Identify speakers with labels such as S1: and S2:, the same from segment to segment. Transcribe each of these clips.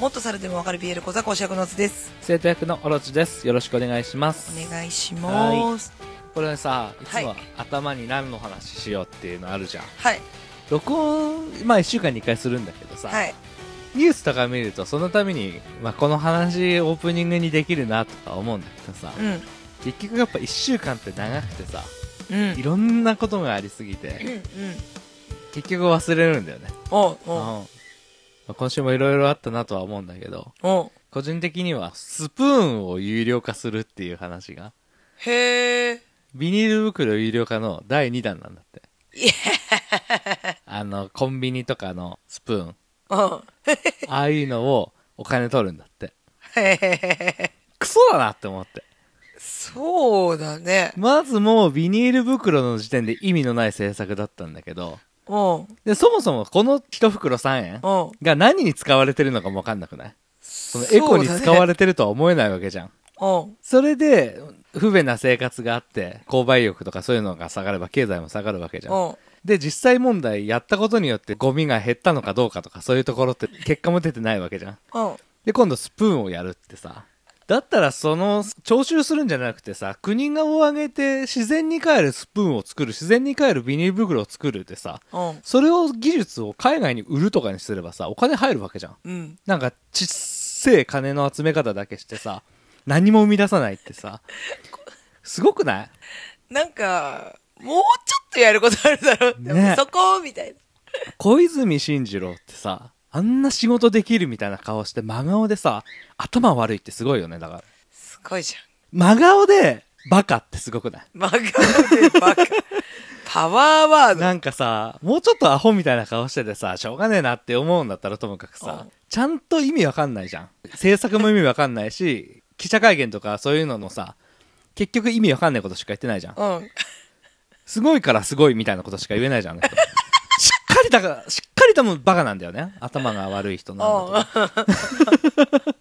S1: もっとされてもわかる BL 講座講師役のつです
S2: 生徒役のオロチですよろしくお願いします
S1: お願いします
S2: これさいつも
S1: はい
S2: 頭に何の話しようっていうのあるじゃん
S1: はい
S2: 録音まあ1週間に1回するんだけどさ、
S1: はい
S2: ニュースとか見るとそのために、まあ、この話オープニングにできるなとか思うんだけどさ、
S1: う
S2: 結局やっぱ1週間って長くてさ
S1: んうん
S2: いろんなことがありすぎ
S1: うんう
S2: て
S1: ん
S2: 結局忘れるんだよね、
S1: おう
S2: うん
S1: おう
S2: まあ今週もいろいろあったなとは思うんだけど
S1: おう
S2: 個人的にはスプーンを有料化するっていう話が
S1: へえ
S2: ビニール袋有料化の第2弾なんだって。あの、コンビニとかのスプー ン、
S1: うん
S2: ああいうのをお金取るんだって。
S1: へへ
S2: クソだなって思って。
S1: そうだね
S2: まずもうビニール袋の時点で意味のない政策だったんだけど、
S1: うんうん
S2: で、そもそもこの1袋3円
S1: そ
S2: が何に使われてるのかもわかんなくないその
S1: う
S2: エコに使わ
S1: れ
S2: れてるとは思えないわけじゃん。
S1: うん
S2: それで、不便な生活があって、購買力とかそういうのが下がれば経済も下がるわけじゃん。
S1: うん
S2: で、実際問題やったことによってゴミが減ったのかどうかとかそういうところって結果も出てないわけじゃん。
S1: うん
S2: で、今度スプーンをやるってさ。だったらその徴収するんじゃなくてさ、国がを挙げて自然に帰るスプーンを作る、自然に帰るビニール袋を作るってさ、
S1: うん
S2: それを技術を海外に売るとかにすればさ、お金入るわけじゃん。
S1: うん
S2: なんかちっせえ金の集め方だけしてさ、何も生み出さないってさ、すごくない
S1: なんかもうちょっとやることあるだろうって思う
S2: ね
S1: そこみたいな
S2: 小泉進次郎ってさ、あんな仕事できるみたいな顔して真顔でさ、頭悪いってすごいよね、だから。
S1: すごいじゃん
S2: 真顔でバカってすごくない
S1: 真顔でバカ。パワーワード。
S2: なんかさ、もうちょっとアホみたいな顔しててさ、しょうがねえなって思うんだったらともかくさ
S1: うん、
S2: ちゃんと意味わかんないじゃん。制作も意味わかんないし、記者会見とかそういうののさ、結局意味わかんないことしか言ってないじゃん。
S1: うん。
S2: すごいからすごいみたいなことしか言えないじゃん。あの人しっかりだから、しっかりともバカなんだよね。頭が悪い人なんだけど。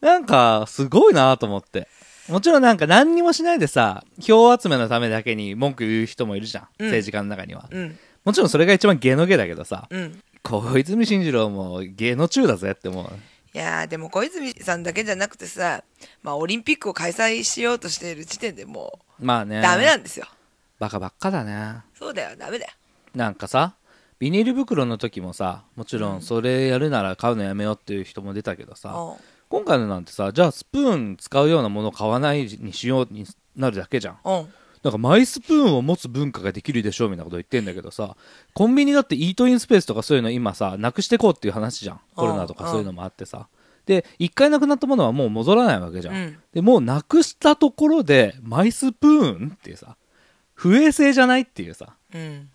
S2: なんか、すごいなと思って。もちろんなんか何にもしないでさ、票集めのためだけに文句言う人もいるじゃん。
S1: うん
S2: 政治家の中には。
S1: うん。
S2: もちろんそれが一番芸の芸だけどさ、
S1: うん。
S2: 小泉進次郎も芸の中だぜって思う。
S1: いやー、でも小泉さんだけじゃなくてさ、まあオリンピックを開催しようとしている時点でも
S2: まあ
S1: う、
S2: ね。
S1: ダメなんですよ。
S2: バカばっかだね。
S1: そうだよ、ダメだよ。
S2: なんかさビニール袋の時もさもちろんそれやるなら買うのやめようっていう人も出たけどさ、
S1: うん
S2: 今回のなんてさじゃあスプーン使うようなものを買わないにしようになるだけじゃん
S1: うん。
S2: なんかマイスプーンを持つ文化ができるでしょうみたいなこと言ってんだけどさコンビニだってイートインスペースとかそういうの今さなくしてこうっていう話じゃんコロナとかそういうのもあってさで一回なくなったものはもう戻らないわけじゃん、
S1: うん
S2: でもうなくしたところでマイスプーンっていうさ不衛生じゃないっていうさ
S1: うん。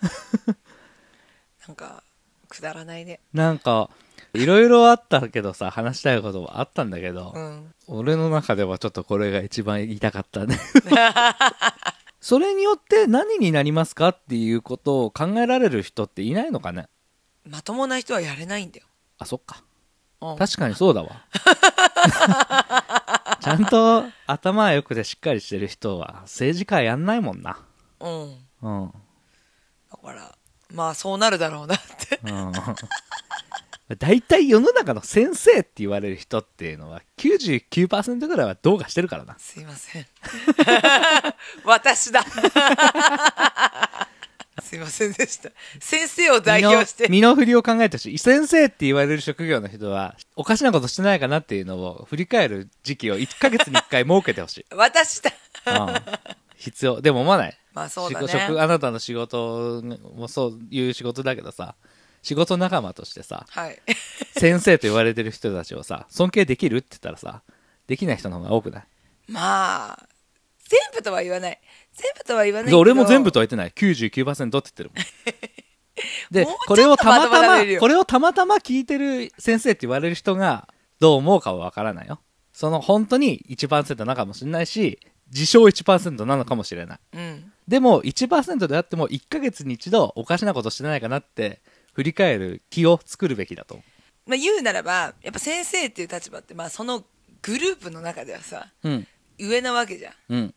S1: なんか、くだらないね。
S2: なんか、いろいろあったけどさ、話したいことはあったんだけど、
S1: うん。
S2: 俺の中ではちょっとこれが一番言いたかったね。それによって何になりますかっていうことを考えられる人っていないのかね
S1: まともな人はやれないんだよ。
S2: あ、そっか。
S1: うん。
S2: 確かにそうだわ。ちゃんと頭は良くてしっかりしてる人は政治家やんないもんな。
S1: うん。
S2: うん。うん。
S1: だから、まあそうなるだろうなって。
S2: 大体世の中の先生って言われる人っていうのは99%ぐらいはどうかしてるからな。
S1: すいません。 私だ。 すいませんでした。先生を代表して。。
S2: 身の身の振りを考えたし、先生って言われる職業の人は、おかしなことしてないかなっていうのを振り返る時期を1ヶ月に1回設けてほしい
S1: 私だ。
S2: うん必要。でも思わない。
S1: まあそうだね、
S2: 仕事職あなたの仕事もそういう仕事だけどさ、仕事仲間としてさ
S1: はい。
S2: 先生と言われてる人たちをさ、尊敬できるって言ったらさ、できない人の方が多くない
S1: まあ、全部とは言わない。全部とは言わないけ
S2: で
S1: ど。
S2: 俺も全部とは言ってない99%って言ってるもん で
S1: もうちょっと
S2: これをたま
S1: まと
S2: た
S1: ま
S2: ま
S1: れるよ
S2: これをたまたま聞いてる先生って言われる人がどう思うかはわからないよその本当に1%なのかもしれないし自称1%なのかもしれない
S1: うん。
S2: でも1%であっても1ヶ月に一度おかしなことしてないかなって振り返る気を作るべきだと思
S1: まあ言うならば、やっぱ先生っていう立場って、まあそのグループの中ではさ、
S2: ううん
S1: 上なわけじゃん。
S2: うん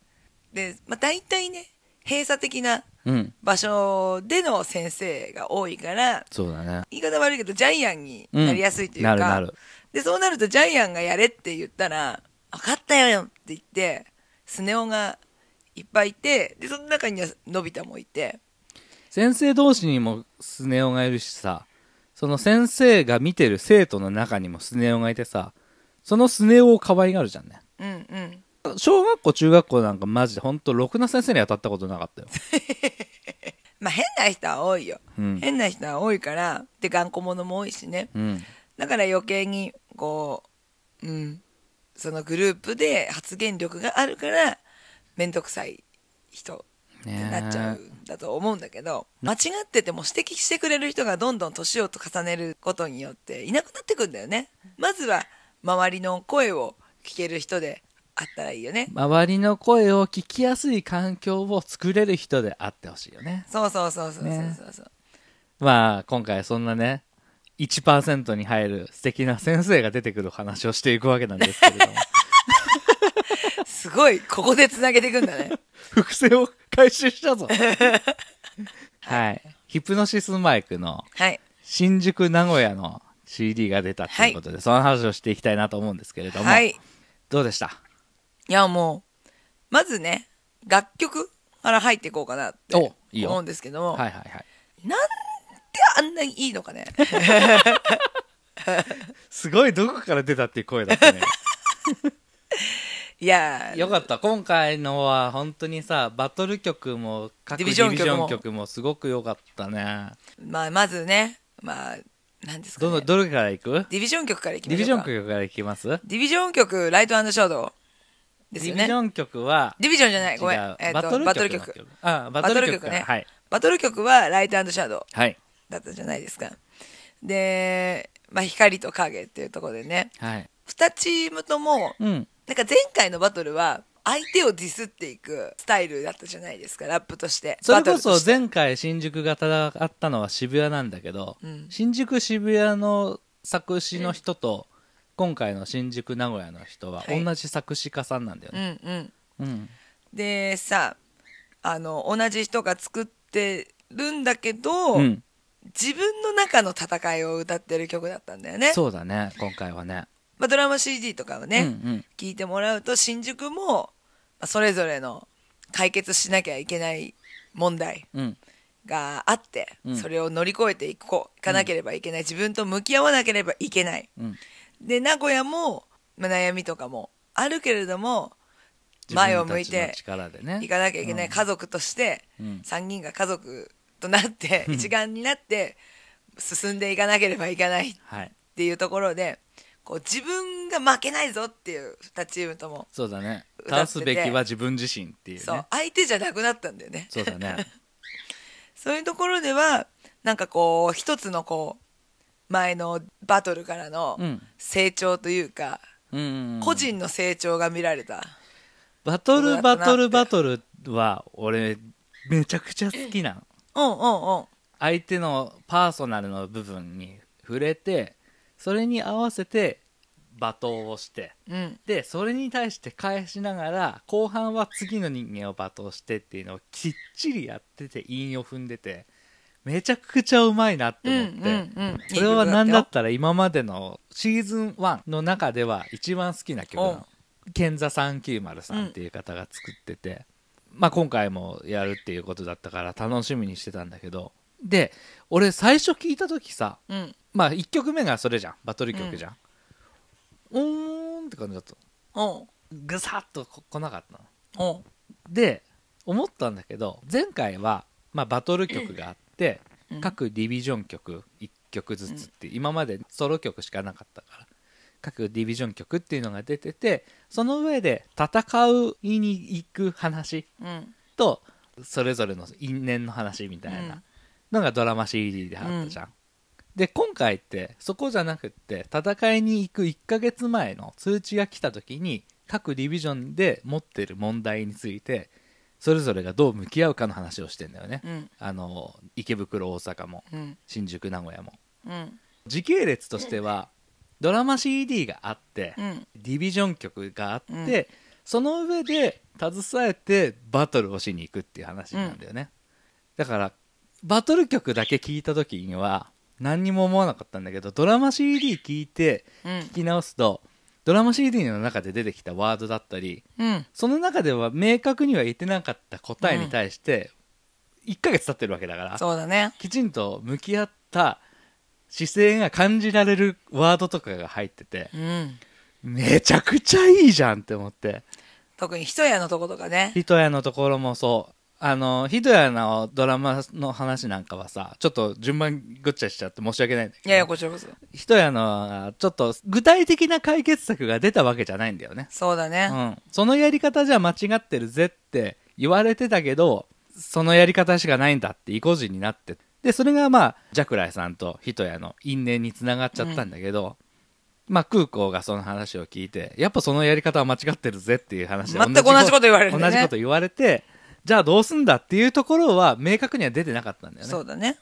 S1: で、まあ大体ね、閉鎖的な
S2: うん
S1: 場所での先生が多いから、
S2: そうだね
S1: 言い方悪いけど、ジャイアンになりやすいというか、
S2: うんなるなる
S1: で、そうなるとジャイアンがやれって言ったら、分かったよって言って、スネ夫がいっぱいいて、で、その中にはのび太もいて、
S2: 先生同士にもスネ夫がいるしさその先生が見てる生徒の中にもスネ夫がいてさそのスネ夫を可愛がるじゃんね
S1: うんうん。
S2: 小学校中学校なんかマジでほんとろくな先生に当たったことなかったよ
S1: まあ、変な人は多いよ。
S2: うん
S1: 変な人は多いから、で、頑固者も多いしね。
S2: うん
S1: だから余計に、こう、うん、そのグループで発言力があるから、めんどくさい人って
S2: ねえ
S1: なっちゃうんだと思うんだけど、間違ってても指摘してくれる人がどんどん年を重ねることによっていなくなってくんだよね。まずは周りの声を聞ける人であったらいいよね。
S2: 周りの声を聞きやすい環境を作れる人であってほしいよね
S1: そうそうそうそうそうそうそう。
S2: まあ今回そんなね1%に入る素敵な先生が出てくる話をしていくわけなんですけれども
S1: すごい、ここで繋げていくん だね。
S2: 伏線を回収したぞはいヒプノシスマイクの
S1: はい。
S2: 新宿名古屋の CD が出たということで、その話をしていきたいなと思うんですけれども、
S1: はい。い
S2: どうでした
S1: や、もう、まずね、楽曲から入っていこうかなって
S2: おいいよ
S1: 思うんですけども、
S2: はいはいはい
S1: なんであんなにいいのか ね。
S2: すごいどこから出たっていう声だったね
S1: いや、
S2: よかった今回のは本当にさバトル曲も各
S1: デ
S2: デ
S1: ィ
S2: ィ
S1: ビ
S2: ビ
S1: ジ
S2: ジ
S1: ョ
S2: ョ
S1: ン
S2: ン
S1: 曲
S2: 曲
S1: も
S2: もすごくよかったね
S1: まあ、まずね、まあ、なんですか
S2: ど
S1: ね
S2: の。どれからいく
S1: ディビジョン曲からいきま
S2: ディ
S1: しょ
S2: ビ
S1: う
S2: ジョン
S1: か。
S2: 曲からいきます
S1: ディビジョン曲、ライトショードですよ
S2: ディビジ
S1: ね。
S2: ョン曲は
S1: ディビジョンじゃない、ごめん。
S2: 違う
S1: えっ、
S2: バト
S1: と、
S2: ル
S1: バトル
S2: 曲
S1: 曲。
S2: のあバトル曲から
S1: ね、
S2: はい
S1: バトル曲はライトシャドウ
S2: はい
S1: だったじゃないですか。で、まあ、光と影っていうところでね、
S2: はい
S1: 二チームとも、
S2: うん
S1: なんか前回のバトルは、相手をディスっていくスタイルだったじゃないですか、ラップとして。
S2: それ
S1: バト
S2: こ
S1: ルと
S2: そ
S1: して
S2: 前回新宿が戦ったのは渋谷なんだけど、
S1: うん
S2: 新宿渋谷の作詞の人と今回の新宿名古屋の人は
S1: はい
S2: 同じ作詞家さんなんだよ
S1: う
S2: ね、
S1: んうん。
S2: うん
S1: でさあの同じ人が作ってるんだけど、
S2: うん
S1: 自分の中の戦いを歌ってる曲だったんだよね、
S2: そうだね今回はね
S1: まあ、ドラマ CD とかをね、
S2: うんうん
S1: 聞いてもらうと新宿もまあそれぞれの解決しなきゃいけない問題
S2: うん
S1: があって、
S2: うん
S1: それを乗り越えていこういかなければいけない、自分と向き合わなければいけない
S2: うん
S1: で名古屋も、まあ、悩みとかもあるけれども
S2: 自
S1: 前を向
S2: 分た
S1: い
S2: ちの
S1: て
S2: 力でね
S1: 行かなきゃいけない家族として、
S2: うん
S1: 3人が家族となって、 一丸になって進んでいかなければいけないっ
S2: はい
S1: ていうところでこう自分が負けないぞっていう2チームとも、
S2: そうだね
S1: 歌ってて
S2: 倒すべきは自分自身っていうね
S1: そう相手じゃなくなったんだよね
S2: そう だね
S1: そういうところではなんかこう一つのこう前のバトルからの
S2: うん
S1: 成長というか、
S2: うんうんうん
S1: 個人の成長が見られた、
S2: バト
S1: こ
S2: ル
S1: とだっ
S2: バ
S1: たな
S2: トルバトルは俺めちゃくちゃ好きなの
S1: うんうんうん
S2: 相手のパーソナルの部分に触れてそれに合わせて罵倒をして
S1: うん
S2: でそれに対して返しながら後半は次の人間を罵倒してっていうのをきっちりやってて韻を踏んでてめちゃくちゃうまいなって
S1: うん
S2: 思って、
S1: うんうん
S2: それは何だ
S1: よ
S2: ったら今までのシーズン1の中では一番好きな曲なの賢座390さんっていう方が作ってて、まあ今回もやるっていうことだったから楽しみにしてたんだけどで俺最初聞いた時さ
S1: うん
S2: まあ1曲目がそれじゃんバトル曲じゃん、うーんって感じだった
S1: うん
S2: ぐさっとこ来なかったの
S1: うん
S2: で思ったんだけど前回は、まあ、バトル曲があって、
S1: うん
S2: 各ディビジョン曲1曲ずつって、今までソロ曲しかなかったから各ディビジョン曲っていうのが出ててその上で戦う意に行く話
S1: うん
S2: とそれぞれの因縁の話みたいなのがドラマ CD であったじゃん、で今回ってそこじゃなくって戦いに行く1ヶ月前の通知が来た時に各ディビジョンで持ってる問題についてそれぞれがどう向き合うかの話をしてんだよね、
S1: うん
S2: あの池袋大阪も
S1: うん
S2: 新宿名古屋も
S1: うん
S2: 時系列としてはドラマ CD があって、
S1: うん
S2: ディビジョン曲があって、
S1: うん
S2: その上で携えてバトルをしに行くっていう話なんだよね、だからバトル曲だけ聞いた時には何にも思わなかったんだけどドラマ CD 聞いて
S1: うん
S2: 聞き直すと、ドラマ CD の中で出てきたワードだったり
S1: うん
S2: その中では明確には言ってなかった答えに対して、1ヶ月経ってるわけだから
S1: そうだね
S2: きちんと向き合った姿勢が感じられるワードとかが入ってて、
S1: うん
S2: めちゃくちゃいいじゃんって思って。
S1: 特に一重のとことかね
S2: ヒトヤのところもそう。あの、ヒトヤのドラマの話なんかはさ、ちょっと順番ごっちゃしちゃって申し訳ないんだけ
S1: い
S2: ど、
S1: やいやこちらこそ
S2: ヒトヤのはちょっと具体的な解決策が出たわけじゃないんだよね。
S1: そうだ
S2: う
S1: ね
S2: ん。そのやり方じゃ間違ってるぜって言われてたけど、そのやり方しかないんだって意固地になって。で、それがまあ、ジャクライさんとヒトヤの因縁につながっちゃったんだけど、まあ空港がその話を聞いて、やっぱそのやり方は間違ってるぜっていう話で
S1: 全く同じこと言われるんだ
S2: 同
S1: よ
S2: じこ
S1: ね
S2: と言われて、じゃあどうすんだっていうところは明確には出てなかったんだよね。
S1: そうだね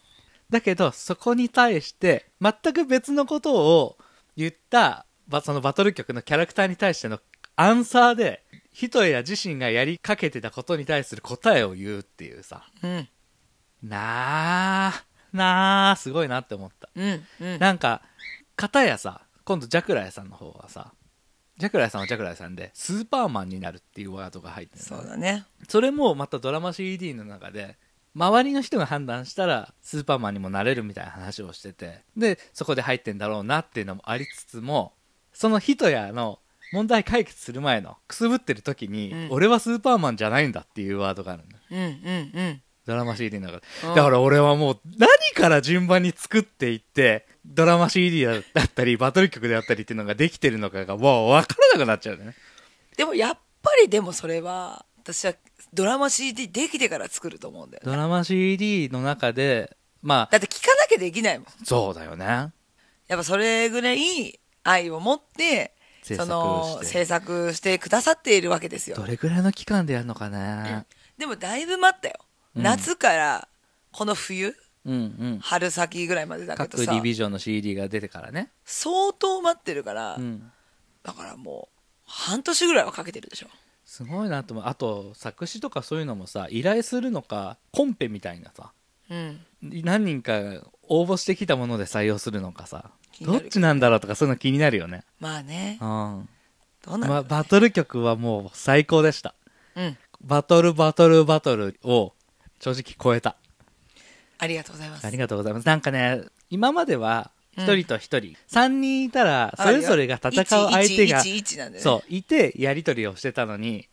S2: だけど、そこに対して、全く別のことを言った、ばそのバトル曲のキャラクターに対してのアンサーで、ヒトや自身がやりかけてたことに対する答えを言うっていうさ、
S1: うん
S2: なあ、なあ、すごいなって思った。
S1: うんうん
S2: なんか、片やさ、今度ジャクラヤさんの方はさ、ジャクラヤさんはジャクラヤさんで、スーパーマンになるっていうワードが入ってるんだよ
S1: そ
S2: ね
S1: うだね
S2: それもまたドラマ CD の中で周りの人が判断したらスーパーマンにもなれるみたいな話をしててでそこで入ってんだろうなっていうのもありつつもそのヒトヤの問題解決する前のくすぶってる時に、
S1: うん
S2: 俺はスーパーマンじゃないんだっていうワードがあるんだ
S1: うんうんうん
S2: ドラマ CD の中で、
S1: うん
S2: だから俺はもう何から順番に作っていってドラマ CD だったりバトル曲であったりっていうのができてるのかがもう分からなくなっちゃうよね
S1: でもやっぱりでもそれは私はドラマ CD できてから作ると思うんだよね
S2: ドラマ CD の中でまあ
S1: だって聞かなきゃできないもん
S2: そうだよね
S1: やっぱそれぐらい愛を持って
S2: 制
S1: そ
S2: 作
S1: の
S2: して
S1: 制作してくださっているわけですよ
S2: どれぐらいの期間でやるのかね、
S1: でもだいぶ待ったよ、
S2: うん
S1: 夏からこの冬
S2: うん、うん
S1: 春先ぐらいまでだけ
S2: 各
S1: どさ
S2: ディビジョンの CD が出てからね、
S1: 相当待ってるから、
S2: うん、
S1: だからもう半年ぐらいはかけてるでしょ
S2: すごいなと思うあと作詞とかそういうのもさ依頼するのかコンペみたいなさ
S1: うん
S2: 何人か応募してきたもので採用するのかさ
S1: 気にな
S2: ど
S1: る
S2: っちなんだろうとかそういうの気になるよね、
S1: まあね
S2: うん
S1: どうなんだろ
S2: ま、
S1: う
S2: バトル曲はもう最高でした
S1: うん
S2: バトルバトルバトルを正直超えた
S1: ありがとうございます
S2: ありがとうございます。なんかね、今までは、一人と一人、三、人いたら、
S1: あ
S2: それぞれが戦う相手が、
S1: 111なんでね
S2: そう、いて、やり取りをしてたのに、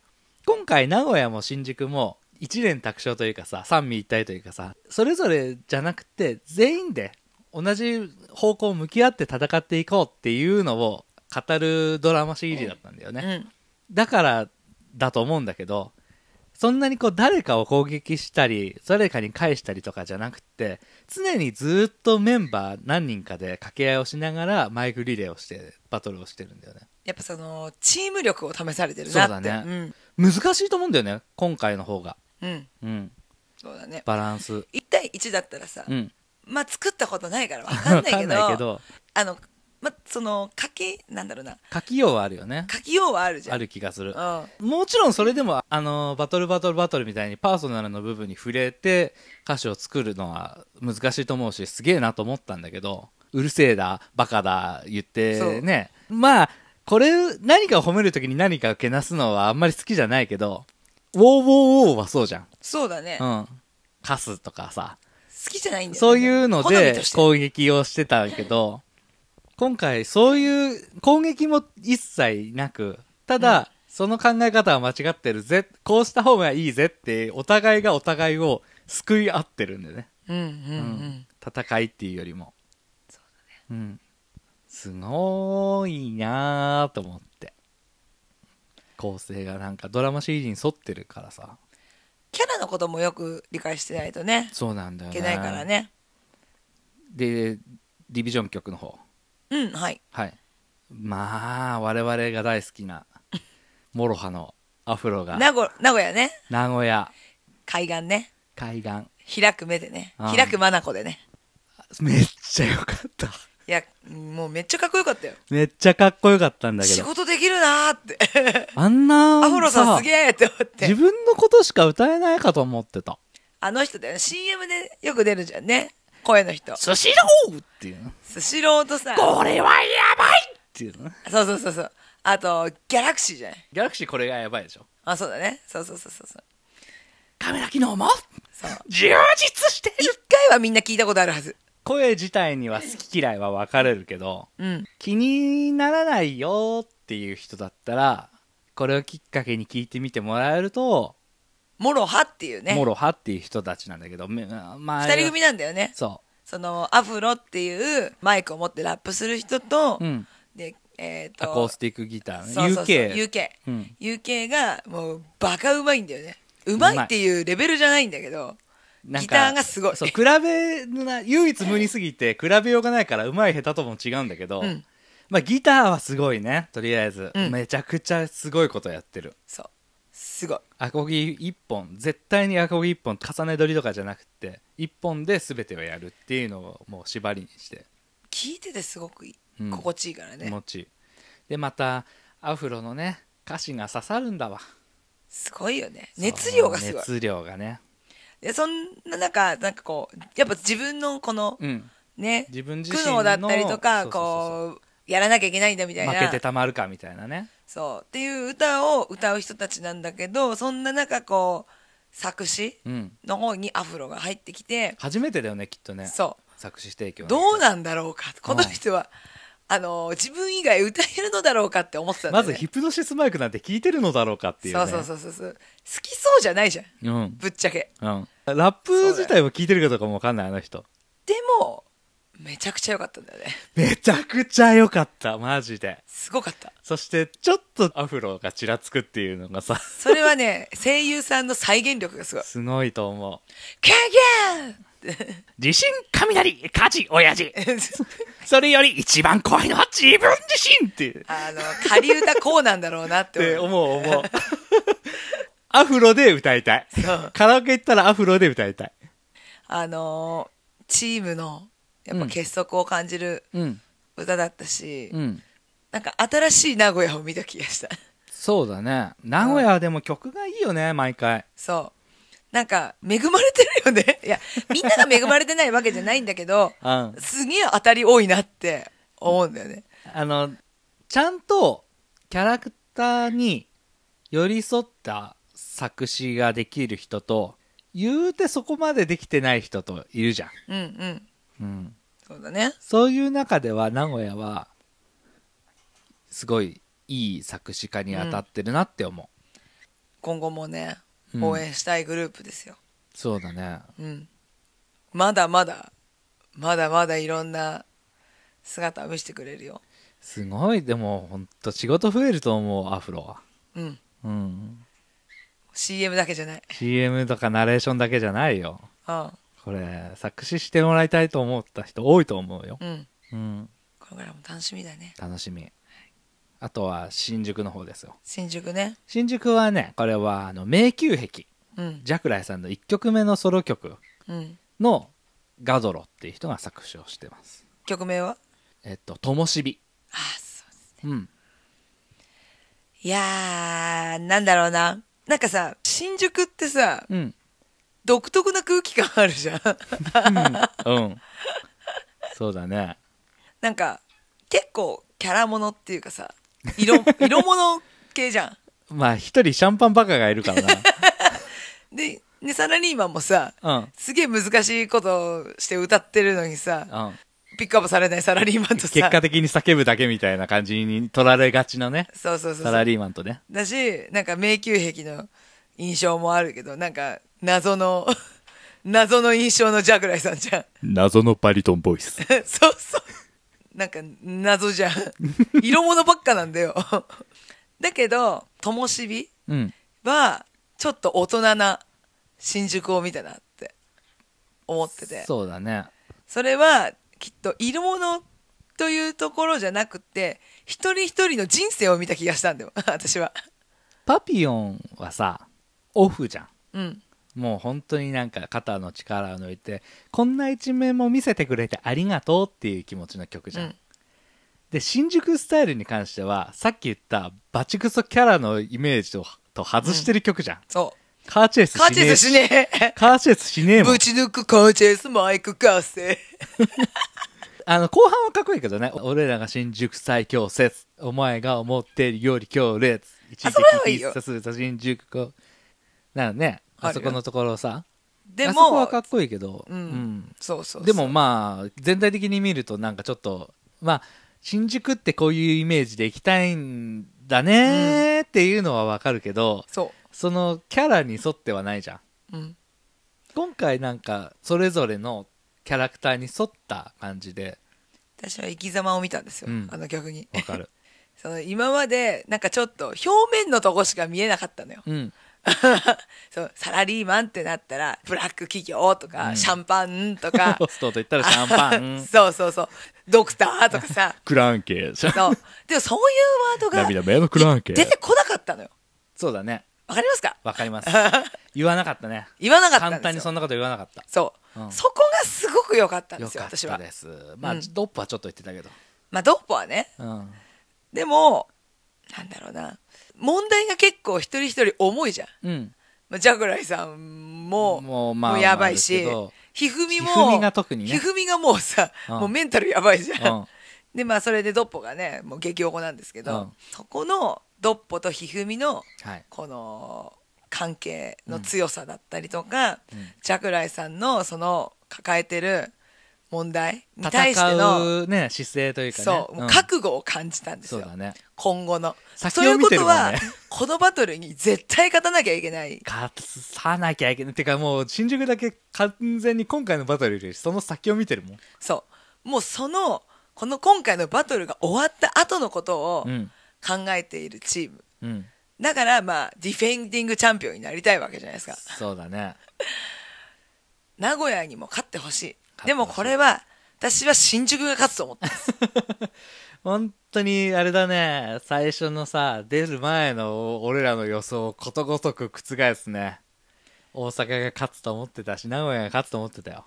S2: 今回、名古屋も新宿も、一連卓勝というかさ、三位一体というかさ、それぞれじゃなくて、全員で、同じ方向を向き合って戦っていこうっていうのを、語るドラマ CD だったんだよね。
S1: うん
S2: だからだと思うんだけどそんなにこう誰かを攻撃したり誰かに返したりとかじゃなくて常にずっとメンバー何人かで掛け合いをしながらマイクリレーをしてバトルをしてるんだよね
S1: やっぱそのチーム力を試されてるなって
S2: そうだね難しいと思うんだよね今回の方が
S1: うん、うん、
S2: うん
S1: そうだね
S2: バランス
S1: 1対1だったらさ、
S2: うん
S1: まあ作ったことないから分かんないけ
S2: わ
S1: ど
S2: ど
S1: あのまあその書きなんだろうな
S2: 書きようはあるよね
S1: 書きようはあるじゃん
S2: ある気がする
S1: うん
S2: もちろんそれでも、あの、バトルバトルバトルみたいにパーソナルの部分に触れて歌詞を作るのは難しいと思うし、すげえなと思ったんだけど、うるせえだ、バカだ、言っ
S1: そう
S2: てね。まあ、これ、何かを褒めるときに何かをけなすのはあんまり好きじゃないけど、ウォーウォーウォーはそうじゃん。
S1: そうだね、
S2: う
S1: 好
S2: ん。カスとかさ、
S1: きじゃないんだよ、ね、
S2: そういうの
S1: 好み
S2: で
S1: として
S2: 攻撃をしてたけど、今回そういう攻撃も一切なく、ただ、その考え方は間違ってるぜ、こうした方がいいぜって、お互いがお互いを救い合ってるんでね。
S1: うんうんうん、
S2: うん戦いっていうよりも。そうだね。ん。すごいなぁと思って。構成がなんかドラマ CD に沿ってるからさ。
S1: キャラのこともよく理解してないとね
S2: そうなんだよ
S1: い
S2: ね。
S1: けないから。ね
S2: で、ディビジョン曲の方。
S1: うんはい
S2: はい。まあ、我々が大好きな、モロハのアフロが、
S1: 名古名古屋ね
S2: 名古屋、
S1: 海岸ね
S2: 海岸。
S1: 開く目でね
S2: あー
S1: 開く眼でね
S2: めっちゃ良かった。
S1: いやもうめっちゃかっこよかったよ
S2: めっちゃかっこよかったんだけ
S1: 仕
S2: ど。
S1: 事できるなーって
S2: あんな
S1: アフロさんすげえって思っ
S2: 自
S1: て
S2: 分のことしか歌えないかと思ってた。
S1: あの人だよね CM でよく出るじゃんね声の人。
S2: スシローっていうの
S1: スシローとさ、
S2: これはやばいっていうのね
S1: そうそうそうそう。あと、ギャラクシーじゃない。
S2: ギャラクシーこれがやばいでしょ
S1: あ、そうだね。そうそうそうそうそう。
S2: カメラ機能も
S1: そう
S2: 充実して
S1: 一回はみんな聞いたことあるはず。
S2: 声自体には好き嫌いは分かれるけど
S1: うん。
S2: 気にならないよっていう人だったらこれをきっかけに聞いてみてもらえると、
S1: モロハっていうね。
S2: もろ派っていう人たちなんだけどめまあ
S1: 二人組なんだよね。
S2: そ
S1: その、アフロっていうマイクを持ってラップする人と、
S2: う、うん、
S1: で、えっ、と、
S2: アコースティックギターね
S1: そうそうそう
S2: UK,
S1: UK
S2: うん、
S1: UK がもうバカうまいんだよねうまいっていうレベルじゃないんだけど
S2: なんか
S1: ギターがすごい
S2: そう比べな唯一無二すぎて比べようがないから上手い下手とも違うんだけど、
S1: うん
S2: まあ、ギターはすごいねとりあえず、
S1: うん
S2: めちゃくちゃすごいことやってる
S1: そうすごい
S2: アコギ1本絶対にアコギ1本重ね取りとかじゃなくて1本で全てをやるっていうのをもう縛りにして
S1: 聞いててすごくいい
S2: うん
S1: 心地いいからね、
S2: 気持ちいいでまたアフロのね歌詞が刺さるんだわ
S1: すごいよね熱量がすごい
S2: 熱量がね
S1: でそんな中なんかこうやっぱ自分のこの
S2: うん
S1: ね
S2: 自分自
S1: 苦
S2: 身の
S1: 悩だったりとか
S2: そうそうそう
S1: こうやらなきゃいけないんだみたい
S2: 負けて
S1: な
S2: たまるかみたいなね
S1: そうっていう歌を歌う人たちなんだけどそんな中こう作詞
S2: うん
S1: の方にアフロが入ってきて、
S2: 初めてだよねきっとね
S1: そう
S2: 作詞提供ね
S1: どうなんだろうかこの人は、あの自分以外歌えるのだろうかって思ってたんだ
S2: ま
S1: よね
S2: ずヒプノシスマイクなんて聞いてるのだろうかっていうね
S1: そうそうそうそう好きそうじゃないじゃん
S2: うん
S1: ぶっちゃけ
S2: うんラップ自体は聞いてるかどうかもわかんないあの人
S1: でもめちゃくちゃ良かったんだよね
S2: めちゃくちゃ良かったマジです
S1: ごかった
S2: そしてちょっとアフロがちらつくっていうのがさ
S1: それはね声優さんの再現力がすごい
S2: すごいと思う
S1: 「キャーキャー!」っ
S2: 地震雷火事親父
S1: て
S2: それより一番怖いのは自分自身って
S1: あの仮歌こうなんだろうなっ
S2: って
S1: て思う
S2: 思う思う アフロで歌いたい
S1: そう
S2: カラオケ行ったらアフロで歌いたい
S1: あのチームのやっぱ
S2: うん
S1: 結束を感じる
S2: うん
S1: 歌だったし、
S2: ん
S1: なんか新しい名古屋を見た気がした
S2: そうだね名古屋はでも曲がいいよね毎回
S1: そう。なんか、恵まれてるよね。いや、みんなが恵まれてないわけじゃないんだけど、
S2: うん
S1: すげえ当たり多いなって思うんだよね。
S2: あの、ちゃんとキャラクターに寄り添った作詞ができる人と、言うてそこまでできてない人といるじゃん。
S1: うんうん。
S2: うん。
S1: そうだね。
S2: そういう中では名古屋は、すごいいい作詞家に当たってるなって思う。
S1: 今後もね、
S2: うん
S1: 応援したいグループですよ。
S2: そうだね。
S1: うん。まだまだ、まだまだいろんな姿を見せてくれるよ。
S2: すごい、でもほんと仕事増えると思う、アフロは。
S1: うん。
S2: うん。
S1: CM だけじゃない。
S2: CM とかナレーションだけじゃないよ。
S1: うん。
S2: これ、作詞してもらいたいと思った人多いと思うよ。
S1: うん。
S2: うん。
S1: これからも楽しみだね。
S2: 楽しみあとは新宿の方ですよ
S1: 新宿ね。
S2: 新宿はねこれはあの迷宮壁
S1: うん。
S2: ジャクライさんの1曲目のソロ曲
S1: うん。
S2: のガドロっていう人が作詞をしてます
S1: 曲名は
S2: えっと「ともしび
S1: あそう。」
S2: うん
S1: いやー、なんだろうな。なんかさ、新宿ってさ、
S2: うん
S1: 独特な空気感あるじゃん。
S2: うんそうだね
S1: なんか、結構キャラものっていうかさ、色、色物系じゃ
S2: まあ一人シャンパンバカがいるから
S1: ん。で、ね、サラリーマンもさ、
S2: なうん
S1: すげえ難しいことをして歌ってるのにさ、
S2: うん、
S1: ピックアップされないサラリーマンとさ、
S2: 結果的に叫ぶだけみたいな感じに取られがちなね
S1: そうそうそう
S2: サ
S1: そ
S2: ラ
S1: う。
S2: リーマンとね
S1: だし、なんか迷宮壁の印象もあるけど、なんか、謎の、 謎の印象のジャグライさんじゃん。
S2: 謎のバリトンボイス
S1: そうそう。なんか、謎 じゃん。色物ばっかなんだよ。だけど、ともしび
S2: うん
S1: は、ちょっと大人な新宿を見たなって思ってて。そ
S2: そうだね
S1: れは、きっと、色物というところじゃなくて、一人一人の人生を見た気がしたんだよ。 私は。
S2: パピヨンはさオフじゃん
S1: うん。
S2: もう本当になんか肩の力を抜いてこんな一面も見せてくれてありがとうっていう気持ちの曲じゃん、
S1: うん
S2: で新宿スタイルに関してはさっき言ったバチクソキャラのイメージとと外してる曲じゃん、
S1: そ
S2: カーチェイスし
S1: カー
S2: ね
S1: チェイスしねえ。
S2: カーチェイスしねえもん
S1: ぶ。ち抜くカーチェイスマイク合成。
S2: あの、後半はかっこいいけどね。俺らが新宿最強説。お前が思ってるより強烈。一
S1: あ
S2: 撃
S1: それはいい
S2: 必
S1: よ
S2: 殺すると新宿校。なのね。あそこのところさ。
S1: で
S2: あそこ
S1: も
S2: は、かっこいいけど。
S1: うんそうそうそう
S2: でもまあ、全体的に見るとなんかちょっと、まあ、新宿ってこういうイメージで行きたいんだねーっていうのはわかるけど、
S1: そ
S2: そのキャラに沿ってはないじゃん。
S1: う。うん。
S2: 今回なんか、それぞれのキャラクターに沿った感じで、
S1: 私は生き様を見たんですよ。
S2: うん
S1: あの曲に。
S2: わかる。
S1: その今まで、なんかちょっと表面のとこしか見えなかったのよ。
S2: うん。
S1: そうサラリーマンってなったら、ブラック企業とか、
S2: うん
S1: シャンパンとか
S2: ホ、ストと言ったらシャンパ ン、
S1: そうそうそう、ドクターとか さ、
S2: クランケ、
S1: そう。でもそういうワードが
S2: 涙目のクランケ
S1: 出てこなかったのよ。
S2: そうだね。
S1: わかりますか
S2: わかります。言わなかったね。
S1: 言わなかったんです
S2: 簡
S1: よ。
S2: 単にそんなこと言わなかった。
S1: そう、
S2: うん
S1: そこがすごく良かったんで
S2: よ
S1: すよ、
S2: かっ
S1: 私
S2: た
S1: は。
S2: です。まあ、
S1: うん
S2: ドップはちょっと言ってたけど。
S1: まあ、ドッポはね。
S2: うん。
S1: でも、なんだろうな。問題が結構一人一人重いじゃん。
S2: うん。
S1: まあ、ジャグライさんも、
S2: もうまあ
S1: やばい
S2: まあある
S1: し
S2: けど、
S1: ひふみも、
S2: ひふみが特にね
S1: ひふみがもうさ、
S2: うん
S1: もうメンタルやばいじゃん。
S2: うん
S1: で、まあ、それでドッポがね、もう激おこなんですけど、
S2: うん
S1: そこのドッポとひふみの、
S2: はい。
S1: この関係の強さだったりとか、
S2: うん
S1: ジャクライさんのその抱えてる問題に対しての、
S2: 戦うね、姿勢というかね。
S1: そう、もう覚悟を感じたんです
S2: そう
S1: よ、
S2: だね。
S1: 今後の。
S2: 先
S1: そうい
S2: を
S1: う
S2: 見
S1: こ
S2: てる
S1: と
S2: もんね
S1: は、このバトルに絶対勝たなきゃいけない。
S2: 勝さなきゃいけない。てかもう、新宿だけ完全に今回のバトルより、その先を見てるもん。
S1: そう。もうその、この今回のバトルが終わった後のことを
S2: うん
S1: 考えているチーム。
S2: うん。
S1: だからまあ、ディフェンディングチャンピオンになりたいわけじゃないですか。
S2: そうだね。
S1: 名古屋にも勝ってほしい。
S2: 勝ってほしい
S1: でもこれは、私は新宿が勝つと思ってます。
S2: 本当に、あれだね。最初のさ、出る前の俺らの予想をことごとく覆すね。大阪が勝つと思ってたし、名古屋が勝つと思ってたよ。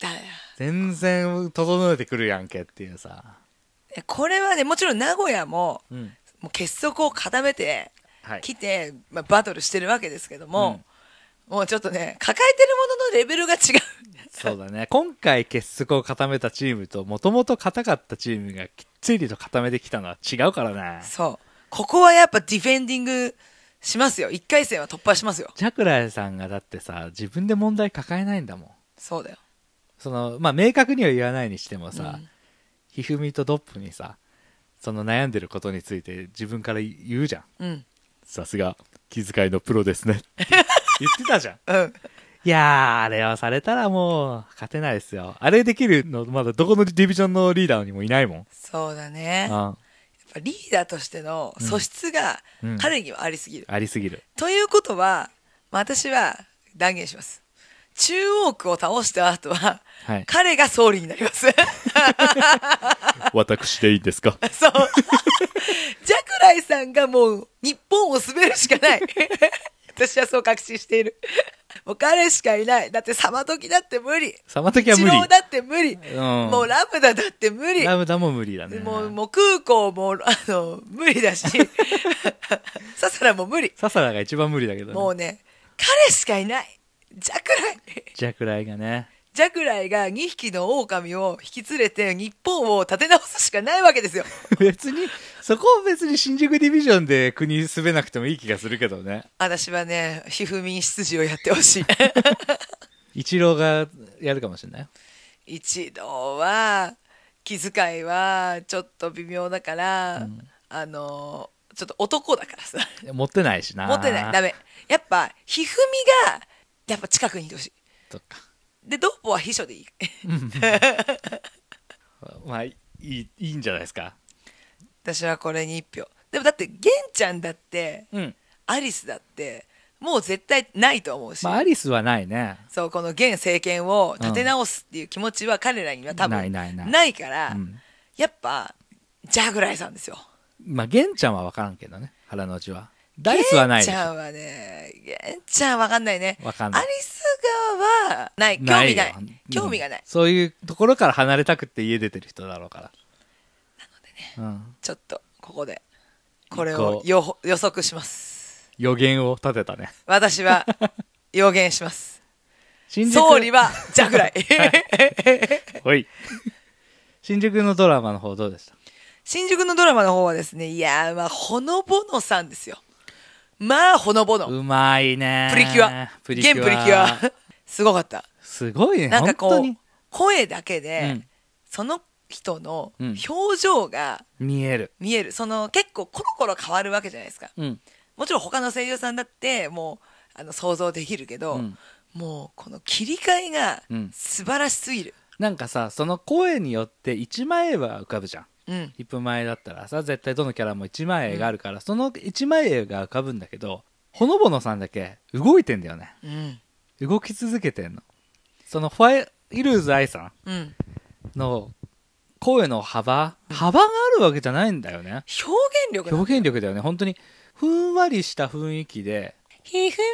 S1: だよ
S2: 全然整えてくるやんけっていうさ。
S1: これはね、もちろん名古屋も、
S2: うん。
S1: もう結束を固めて
S2: はい
S1: 来て、まあ、バトルしてるわけですけども、もうちょっとね、抱えてるもののレベルが違う。
S2: そうだね。今回結束を固めたチームと、もともと硬かったチームがきっちりと固めてきたのは違うからね。
S1: そう。ここはやっぱディフェンディングしますよ。1回戦は突破しますよ。
S2: ジャクライさんがだってさ、自分で問題抱えないんだもん。
S1: そうだよ。
S2: その、まあ、明確には言わないにしてもさ、ひふみとドップにさ、その悩んでることについて自分から言うじゃん。
S1: うん。
S2: さすが、気遣いのプロですね。って言ってたじゃん。
S1: うん。
S2: いやー、あれはされたらもう、勝てないですよ。あれできるの、まだどこのディビジョンのリーダーにもいないもん。
S1: そうだね。やっ
S2: あ
S1: ぱリーダーとしての素質が
S2: うん
S1: 彼にはありすぎる。
S2: ありすぎる。
S1: ということは、まあ、私は断言します。中央区を倒した後は、
S2: はい
S1: 彼が総理になります。
S2: 私でいいですか
S1: そう。ジャクライさんがもう日本を滑るしかない。 私はそう確信している。もう彼しかいない。だってサマトキだって無理。
S2: サマトキは無理
S1: イチローだって無理。
S2: うん
S1: もうラムダだって無理。
S2: ラムダも無理だね。
S1: もうもう空港もあの無理 だし。ササラも無理。
S2: ササラが一番無理だけどね。
S1: もうね、彼しかいない。ジャクライ。
S2: ジャクライがね。
S1: ジャクライが2匹の狼を引き連れて日本を立て直すしかないわけですよ。
S2: 別に、そこは別に新宿ディビジョンで国滑なくてもいい気がするけどね。
S1: 私はね、ひふみん執事をやってほ しい。
S2: 一郎がやるかもしれないよ。
S1: 一度は、気遣いはちょっと微妙だから、あの、ちょっと男だからさ、
S2: 持ってないしな。
S1: 持ってない、ダメ。やっぱ、ひふみが、やっぱ近くにいてほしい。
S2: そっか。
S1: で、ドッポは秘書でい い。
S2: まあ、いい、いいんじゃないですか。
S1: 私はこれに一票。でもだって、ゲンちゃんだって、
S2: うん。
S1: アリスだって、もう絶対ないと思うし。
S2: まあ、アリスはないね。
S1: そう、この現政権を立て直すっていう気持ちは彼らには多分
S2: ないないない
S1: ないから
S2: うん、
S1: やっぱ、ジャグライさんですよ。
S2: まあ、ゲンちゃんは分からんけどね。腹の内は。ダイスはないで
S1: ゲ
S2: し
S1: ンち
S2: ょ。
S1: ゃんはね、ゲンちゃんわかんないね。
S2: わかんない
S1: アリス側は、ない、興味ない
S2: ようん。
S1: 興味がない。
S2: そういうところから離れたくって家出てる人だろうから。なのでね。うん。
S1: ちょっと、ここで、これ
S2: こ
S1: を
S2: う
S1: 予予測します。
S2: 予言を立てたね。
S1: 私 は予言します。
S2: 新宿
S1: 総理はジャぐら い。
S2: ほい。新宿のドラマの方どうでした
S1: 新宿のドラマの方はですね、いやー、まあ、ほのぼのさんですよ。まあ、ほのぼの。
S2: うまいね。
S1: プリキュア。
S2: プリキュア。
S1: 現プリキュア。すごかった。
S2: すごいね。
S1: なんかこ
S2: 本当
S1: う
S2: に、
S1: 声だけで、
S2: うん
S1: その人の
S2: うん
S1: 表情が
S2: 見える。
S1: 見える。その、結構コロコロ変わるわけじゃないですか。
S2: うん。
S1: もちろん他の声優さんだって、もう、あの、想像できるけど、
S2: うん
S1: もう、この切り替えが
S2: うん
S1: 素晴らしすぎる。
S2: なんかさ、その声によって一枚絵は浮かぶじゃん。
S1: うん。
S2: 一分前だったらさ、絶対どのキャラも一枚絵があるから、その一枚絵が浮かぶんだけど、ほのぼのさんだけ動いてんだよね。
S1: うん。
S2: 動き続けてんの。そのファイ、イルーズ愛さん
S1: うん。
S2: の声の幅、幅があるわけじゃないんだよね。
S1: 表現力だ。
S2: 表現力だよね。本当に、ふんわりした雰囲気で、
S1: ひふみ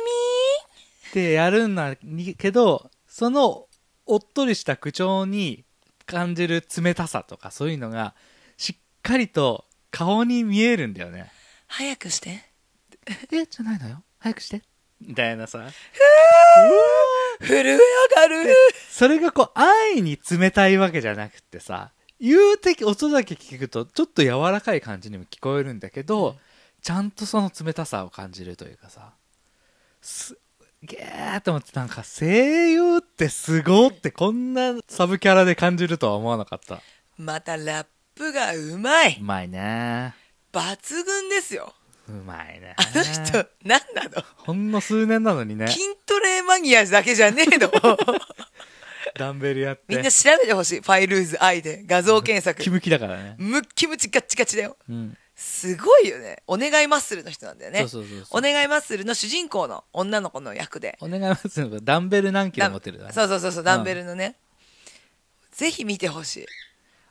S2: ってやるんだけど、その、おっとりした口調に感じる冷たさとか、そういうのが、しっかりと顔に見えるんだよね。
S1: ー早くして。
S2: え、じゃないのよ。早くして。みたいなさ。
S1: 震え上がる。
S2: それがこう、安易に冷たいわけじゃなくってさ、言うてき、音だけ聞くと、ちょっと柔らかい感じにも聞こえるんだけど、ちゃんとその冷たさを感じるというかさ、すげーと思って、なんか声優ってすごって、こんなサブキャラで感じるとは思わなかった。
S1: またラップがうま
S2: う
S1: い。
S2: まいね
S1: 抜群ですよ。
S2: うまいね
S1: あの人、何なの
S2: ほんの数年なのにね、
S1: 筋トレマニアだけじゃねえ の。
S2: ダンベルやって。
S1: みんな調べてほしい。ファイルーズ i で画像検
S2: ムキ
S1: 索。
S2: ムキだからね。
S1: ムッキムチガッチガチだよ。
S2: うん。
S1: すごいよね。お願いマッスルの人なんだよね。
S2: そうそうそうそう
S1: お願いマッスルの主人公の女の子の役で。
S2: お願いますよ。ダンベル何キロ持ってる
S1: そうそうそうそう、ダンベルのね。ぜひ見てほしい。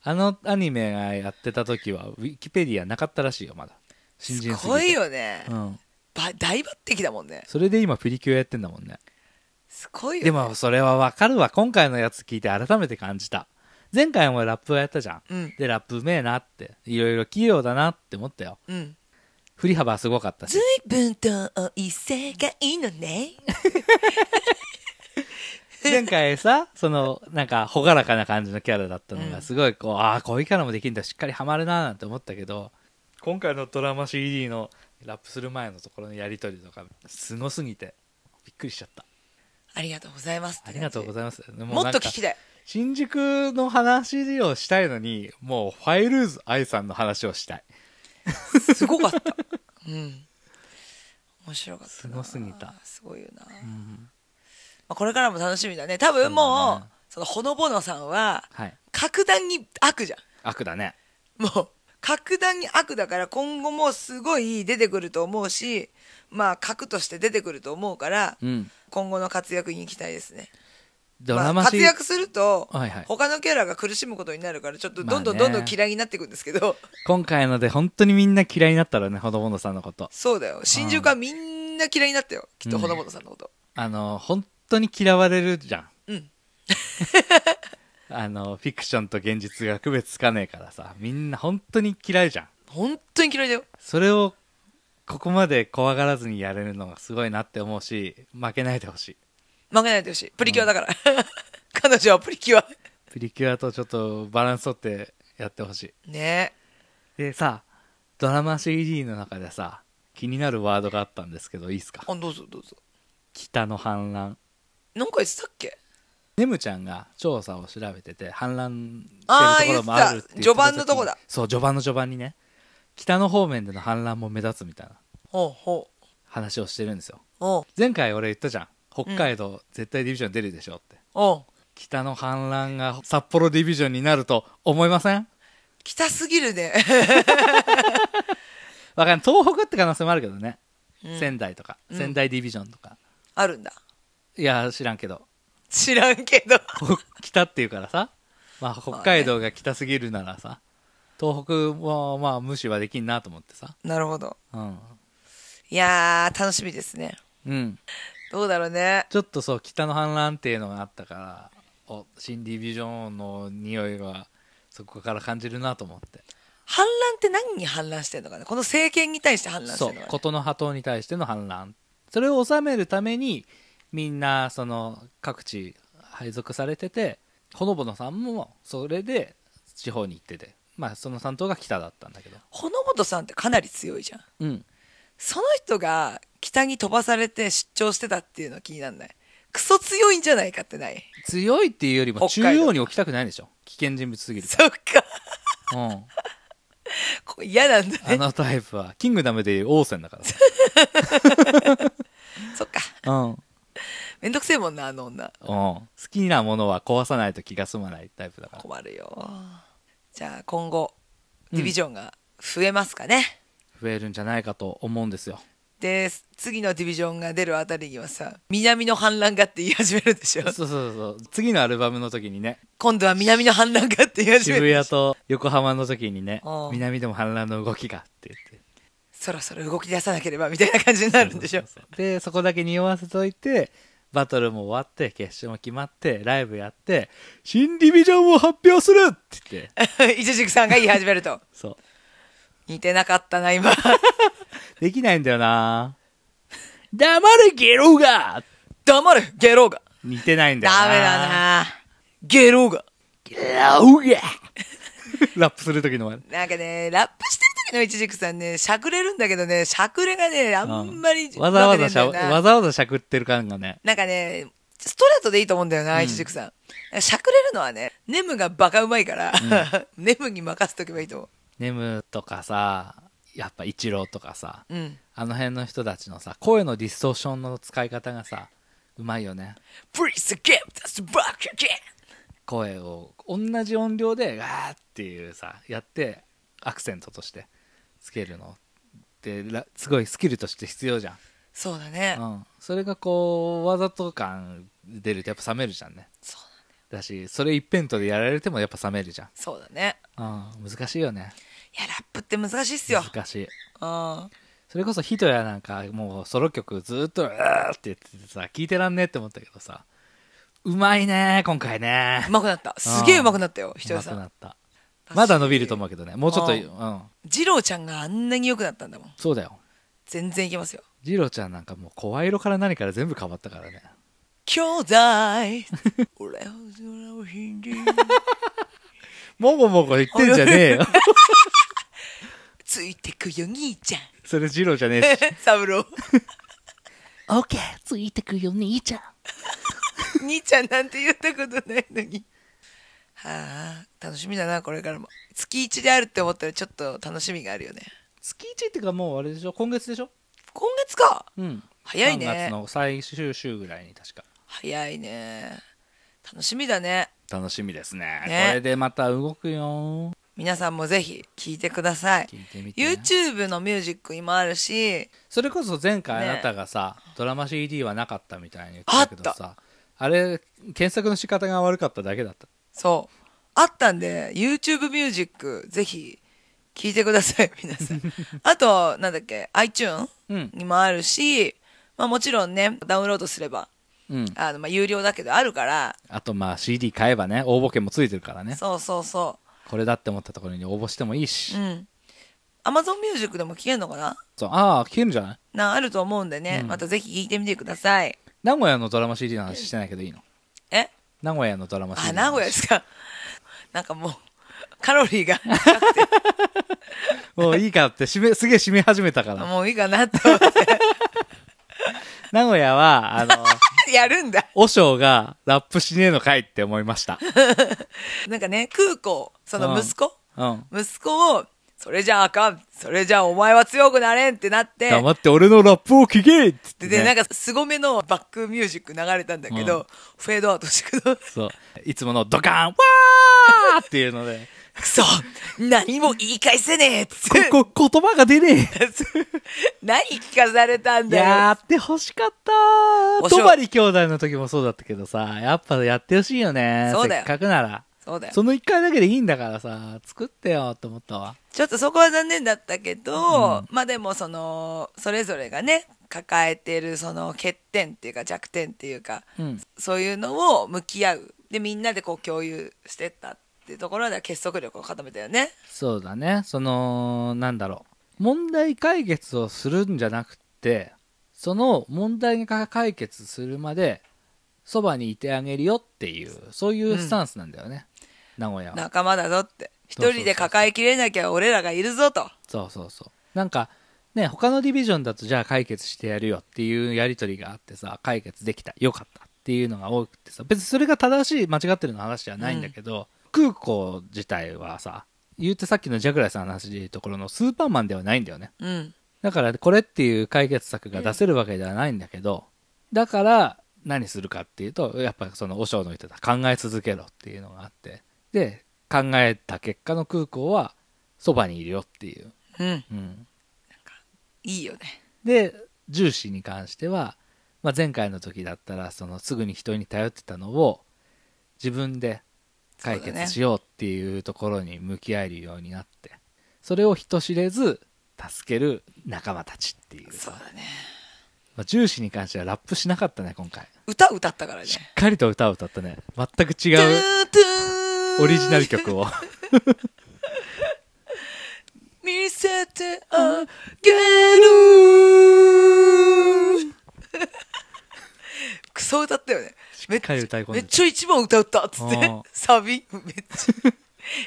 S2: あのアニメがやってた時は、ウィキペディアなかったらしいよ、まだ。新
S1: す
S2: 人すぎて。
S1: ごいよね。
S2: うん。
S1: ば大抜擢だもんね。
S2: それで今、プリキュアやってんだもんね。
S1: すごいよね。
S2: でも、それはわかるわ。今回のやつ聞いて改めて感じた。前回もラップをやったじゃん。
S1: うん
S2: で、ラップうめえなって。いろいろ器用だなって思ったよ。
S1: うん。
S2: 振り幅はすごかったし
S1: 随。分と異世界のね。
S2: 前回さ、その、なんか、ほがらかな感じのキャラだったのが、すごいこう、ああ、こういうキャラもできるんだ、しっかりハマるなーなんて思ったけど、今回のドラマ CD のラップする前のところのやりとりとか、すごすぎて、びっくりしちゃった。
S1: ありがとうございます。
S2: ありがとうございます。もう
S1: も
S2: な
S1: っ
S2: ん
S1: と
S2: か
S1: 聞きたい。
S2: 新宿の話をしたいのに、もう、ファイルーズ愛さんの話をしたい。
S1: すごかった。うん。面白かったな。
S2: すごすぎた
S1: すごいよな。まあ、これからも楽しみだね。多分も
S2: そう
S1: う
S2: だね、
S1: そのほのぼのさんは、
S2: はい。
S1: 格段に悪じゃ
S2: 悪だね。
S1: ん。もう、格段に悪だから、今後もすごい出てくると思うし、まあ、格として出てくると思うから、
S2: うん。
S1: 今後の活躍に期待ですね。
S2: ド
S1: ま
S2: ラ
S1: あ
S2: マ
S1: 活
S2: CD、
S1: 躍すると、
S2: はいはい
S1: 他のキャラが苦しむことになるから、ちょっとどんどん
S2: ま
S1: ど
S2: あね
S1: んどん嫌いになっていくんですけど、
S2: 今回ので本当にみんな嫌いになったらね、ほのぼのさんのこと。
S1: そうだよ。新宿はみんな嫌いになったよ。きっとほのぼのさんのこと。
S2: あの、本当に嫌われるじゃん。
S1: うん。
S2: あの、フィクションと現実が区別つかねえからさ、みんな本当に嫌いじゃん。
S1: 本当に嫌いだよ。
S2: それを、ここまで怖がらずにやれるのがすごいなって思うし、負けないでほしい。
S1: 負けないでほしい。プリキュアだから。 彼女はプリキュア。
S2: プリキュアとちょっとバランス取ってやってほしい。
S1: ね
S2: でさ、ドラマ CD の中でさ、気になるワードがあったんですけど、いいっすか
S1: え。あ、どうぞどうぞ。
S2: 北の反乱。
S1: なんか言ってたっけ
S2: ネムちゃんが調査を調べてて反乱してる
S1: あー
S2: ところもあるって言っ
S1: 言っ
S2: てた時に
S1: てた序盤のとこだ
S2: そう序盤の序盤にね北の方面での反乱も目立つみたいな
S1: ほうほう。
S2: 話をしてるんですよ
S1: おう
S2: 前回俺言ったじゃん北海道絶対ディビジョン出るでしょって、
S1: おう
S2: 北の反乱が札幌ディビジョンになると思いません
S1: 汚すぎるね。
S2: わかんない東北って可能性もあるけどね、
S1: うん
S2: 仙台とか仙台ディビジョンとか、
S1: あるんだ。
S2: いや知らんけど
S1: 知らんけど。
S2: ほ北っていうからさ、まあ、北海道が北すぎるならさ東北もまあ無視はできんなと思ってさ
S1: なるほど。
S2: うん
S1: いやー、楽しみですね。
S2: うん、
S1: どうだろうね。
S2: ちょっとそう北の反乱っていうのがあったからお新ディビジョンの匂いはそこから感じるなと思って
S1: 反乱って何に反乱してんのかなこの政権に対して反乱して
S2: そ
S1: ん
S2: う
S1: のかな
S2: 事の波頭に対しての反乱それを収めるためにみんなその各地配属されててほのぼのさんもそれで地方に行っててまあその担当が北だったんだけど
S1: ほのぼとさんってかなり強いじゃん
S2: うん
S1: その人が北に飛ばされて出張してたっていうのは気になんないクソ強いんじゃないかってない
S2: 強いっていうよりも中
S1: 北海道
S2: 央に置きたくないでしょ危険人物すぎ る、
S1: そっか
S2: うん、あ
S1: これ嫌なんだね
S2: のタイプはキングダムでいう王戦だか、
S1: そっから
S2: うんうん、
S1: めんどくせえもんなあの女
S2: 好きなものは壊さないと気が済まないタイプだから
S1: 困るよじゃあ今後
S2: うん
S1: ディビジョンが増えますかね、
S2: 増えるんじゃないかと思うんですよ
S1: で次のディビジョンが出るあたりにはさ南の反乱がって言い始めるでしょ
S2: そうそうそう次のアルバムの時に ね
S1: 今度は南の反乱がって言い始め
S2: 渋
S1: る
S2: 谷と横浜の時にね
S1: うん
S2: 南でも反乱の動きがって言って
S1: そろそろ動き出さなければみたいな感じになるんでしょ
S2: そうそうそうでそこだけ匂わせといてバトルも終わって決勝も決まってライブやって新ディビジョンを発表するって言って
S1: いちじくさんが言い始める と
S2: そう
S1: 似てなかったな今
S2: できないんだよな黙れゲロが
S1: 黙れゲロが
S2: 似てないんだよな
S1: ダメだなゲロが
S2: ゲロが ラップする時の前
S1: なんかねラップしてる時のいちじくさんねしゃくれるんだけどねしゃくれがねあんまり
S2: うんわざわざしゃ
S1: うまくねえんだよな
S2: わざわざしゃくってる感がね
S1: なんかね、ストレートでいいと思うんだよな、いちじくさん。しゃくれるのはね、ネムがバカうまいから、ネムに任せとけばいいと思
S2: ネムとかさやっぱイチローとかさ
S1: う。うん。
S2: あの辺の人たちのさ声のディストーションの使い方がさうまいよね
S1: Please give us back again!
S2: 声を同じ音量で「ガー」っていうさやってアクセントとしてつけるのってらすごいスキルとして必要じゃ
S1: そうだね
S2: ん、う。ん、それがこうわざと感出るとやっぱ冷めるじゃんね
S1: そうだね。
S2: だしそれ一辺倒でやられてもやっぱ冷めるじゃん、
S1: そうだね。
S2: うん、難しいよね
S1: いや、ラップって難しいっすよ。
S2: 難しい
S1: うん。
S2: それこそヒトやなんかもうソロ曲ずっと「うー」って言っててさ聞いてらんねえって思ったけどさうまいね今回ね
S1: うまくなった。すげえうまくなったよ、ひと
S2: 上
S1: や
S2: 手
S1: さ
S2: く
S1: ん。
S2: なったまだ伸びると
S1: 思
S2: 思うけどねもうちょっと
S1: うん
S2: うん
S1: う。ジローちゃんがあんなに良くなったんだもん。
S2: そうだよ
S1: 全然いけますよ。
S2: ジロちゃんなんかもう声色から何から全部変わったからね
S1: 兄弟俺は空をひんで
S2: もごもご言ってんじゃねえ よ
S1: ついてくよ、兄ちゃん。
S2: それジロじゃねえし
S1: サブロー。
S2: オッケーついてくよ兄ちゃん
S1: 兄ちゃんなんて言ったことないのに。はあ、楽しみだな、これからも。月一であるって思ったらちょっと楽しみがあるよね。
S2: 月1ってかもうあれでしょ今月でしょ
S1: 今月か
S2: うん
S1: 早いね
S2: 3月の最終週ぐらいに確か
S1: 早いね。楽しみだね。
S2: 楽しみですね
S1: ね
S2: これでまた動くよ
S1: 皆さんもぜひ聞いてください。
S2: 聞いてみて
S1: YouTube のミュージックにもあるし、
S2: それこそ前回
S1: ね
S2: あなたがさ、ドラマ CD はなかったみたいに言ってたけど
S1: あっ
S2: さあれ検索の仕方が悪かっただけだった
S1: そう。あったんで、YouTube ミュージックぜひ聞いてください、皆さ ん。あと、なんだっけ、iTune
S2: うん
S1: にもあるし、まあもちろんね、ダウンロードすれば、
S2: うん
S1: あの、まあ有料だけどあるから、
S2: あとまあ CD 買えばね応募券もついてるからね
S1: そうそうそ
S2: これだって思ったところに応募してもいいし、
S1: う。うん。アマゾンミュージックでも聴けるのかな
S2: そうああ聞けるんじゃない
S1: なんあると思うんでね、またぜひ聴いてみてください。
S2: 名古屋のドラマ CD の話してないけどいいの
S1: え
S2: 名古屋のドラマ CD
S1: あ、
S2: の話
S1: 名古屋ですか。 なんかもう、カロリーが、
S2: もういいかって締めすげえ締め始めたから
S1: もういいかなと思 っ
S2: 名古屋は あの
S1: て、やるんだ。
S2: 和尚がラップしねえのかいって思い ました
S1: なんかね、空港、その息子、
S2: うん
S1: 息子を、それじゃあかん、それじゃあお前は強くなれんってなって、
S2: 黙って俺のラップを聞けっつって、
S1: で、
S2: ね、
S1: でなんか凄めのバックミュージック流れたんだけど、フェードアウトしてくる。
S2: そう。いつものドカーン、わ ーっていうので、
S1: く そ何も言い返せねえっつって。
S2: ここ言葉が出ねえ。
S1: 何聞かされたんだよ。
S2: やって欲しかった
S1: 面
S2: ー。
S1: 白い
S2: とばり兄弟の時もそうだったけどさ、やっぱやってほしいよね。
S1: そうだよ
S2: せっかくなら。
S1: そうだよ。
S2: その一回だけでいいんだからさ、作ってよって思ったわ。
S1: ちょっとそこは残念だったけど、まあでもその、それぞれがね、抱えてるその欠点っていうか弱点っていうか、
S2: うん
S1: そういうのを向き合う。で、みんなでこう共有してったっっていうところで結束力を固めたよね。
S2: そうだねそのなんだろう問題解決をするんじゃなくてその問題が解決するまでそばにいてあげるよっていうそういうスタンスなんだよね、名古屋は
S1: 仲間だぞって。
S2: そうそうそう
S1: 一人で抱えきれなきゃ俺らがいるぞと。
S2: そうそうそうなんかね他のディビジョンだとじゃあ解決してやるよっていうやり取りがあってさ解決できたよかったっていうのが多くてさ別にそれが正しい間違ってるの話じゃないんだけど、空港自体はさ言うてさっきのジャグラーさんの話でいうところのスーパーマンではないんだよね
S1: うん。
S2: だからこれっていう解決策が出せるわけではないんだけど、だから何するかっていうとやっぱその和尚の言ってた考え続けろっていうのがあってで考えた結果の空港はそばにいるよっていう、
S1: うん。
S2: うん、
S1: いいよね。
S2: で重視に関しては、まあ、前回の時だったらそのすぐに人に頼ってたのを自分で解
S1: そうだね
S2: 決しようっていうところに向き合えるようになってそれを人知れず助ける仲間たちっていう
S1: そうだね。
S2: まあ、重視に関してはラップしなかったね今回
S1: 歌歌ったからね。
S2: しっかりと歌を歌ったね全く違
S1: トゥ
S2: う
S1: ートゥー
S2: オリジナ ル。曲を
S1: 見せてあ げる。クソ歌ったよね。めっ
S2: しっかり歌い込ん
S1: め
S2: で
S1: ったちゃ一番歌歌っつっ
S2: あ
S1: て
S2: ー。
S1: サビめっちゃ。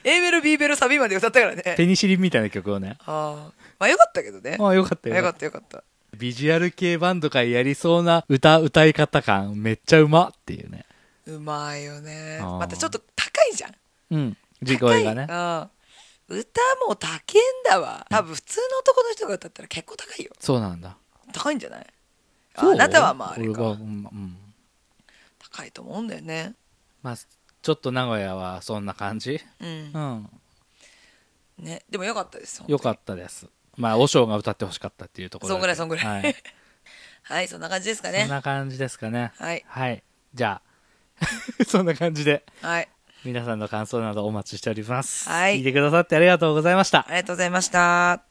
S1: A メロ、B メロ、サビまで歌ったからね。
S2: ペニシリンみたいな曲をね
S1: ああ。まあよかったけどね。
S2: ああよかったよ
S1: よ
S2: か
S1: か
S2: っ
S1: ったよかった。
S2: たビジュアル系バンドがやりそうな歌歌い方感めっちゃうまっていうね
S1: うまいよね。
S2: あー
S1: またちょっと高いじゃん。
S2: うん地
S1: 高
S2: 声
S1: い
S2: がね
S1: うん。歌も高いんだわ。多分普通の男の人が歌ったら結構高いよ。
S2: そうなんだ
S1: 高いんじゃないあ
S2: そう
S1: あなたはまああれ
S2: 俺はう
S1: か。
S2: んうん
S1: 高いと思うんだよね。
S2: まあちょっと名古屋はそんな感じ
S1: うん
S2: う。ん
S1: ね。でもよかったです。
S2: よかったですまあ和尚が歌ってほしかったっていうところだけど
S1: そんぐらいそんぐらい
S2: はい
S1: はい、そんな感じですか
S2: そ ん
S1: ね。
S2: な感じですかね
S1: はい。
S2: はい。じゃあ、 そんな感じで、
S1: はい。
S2: 皆さんの感想などお待ちしております。
S1: はい
S2: 聞いてくださってありがとうございました
S1: あ。りがとうございました。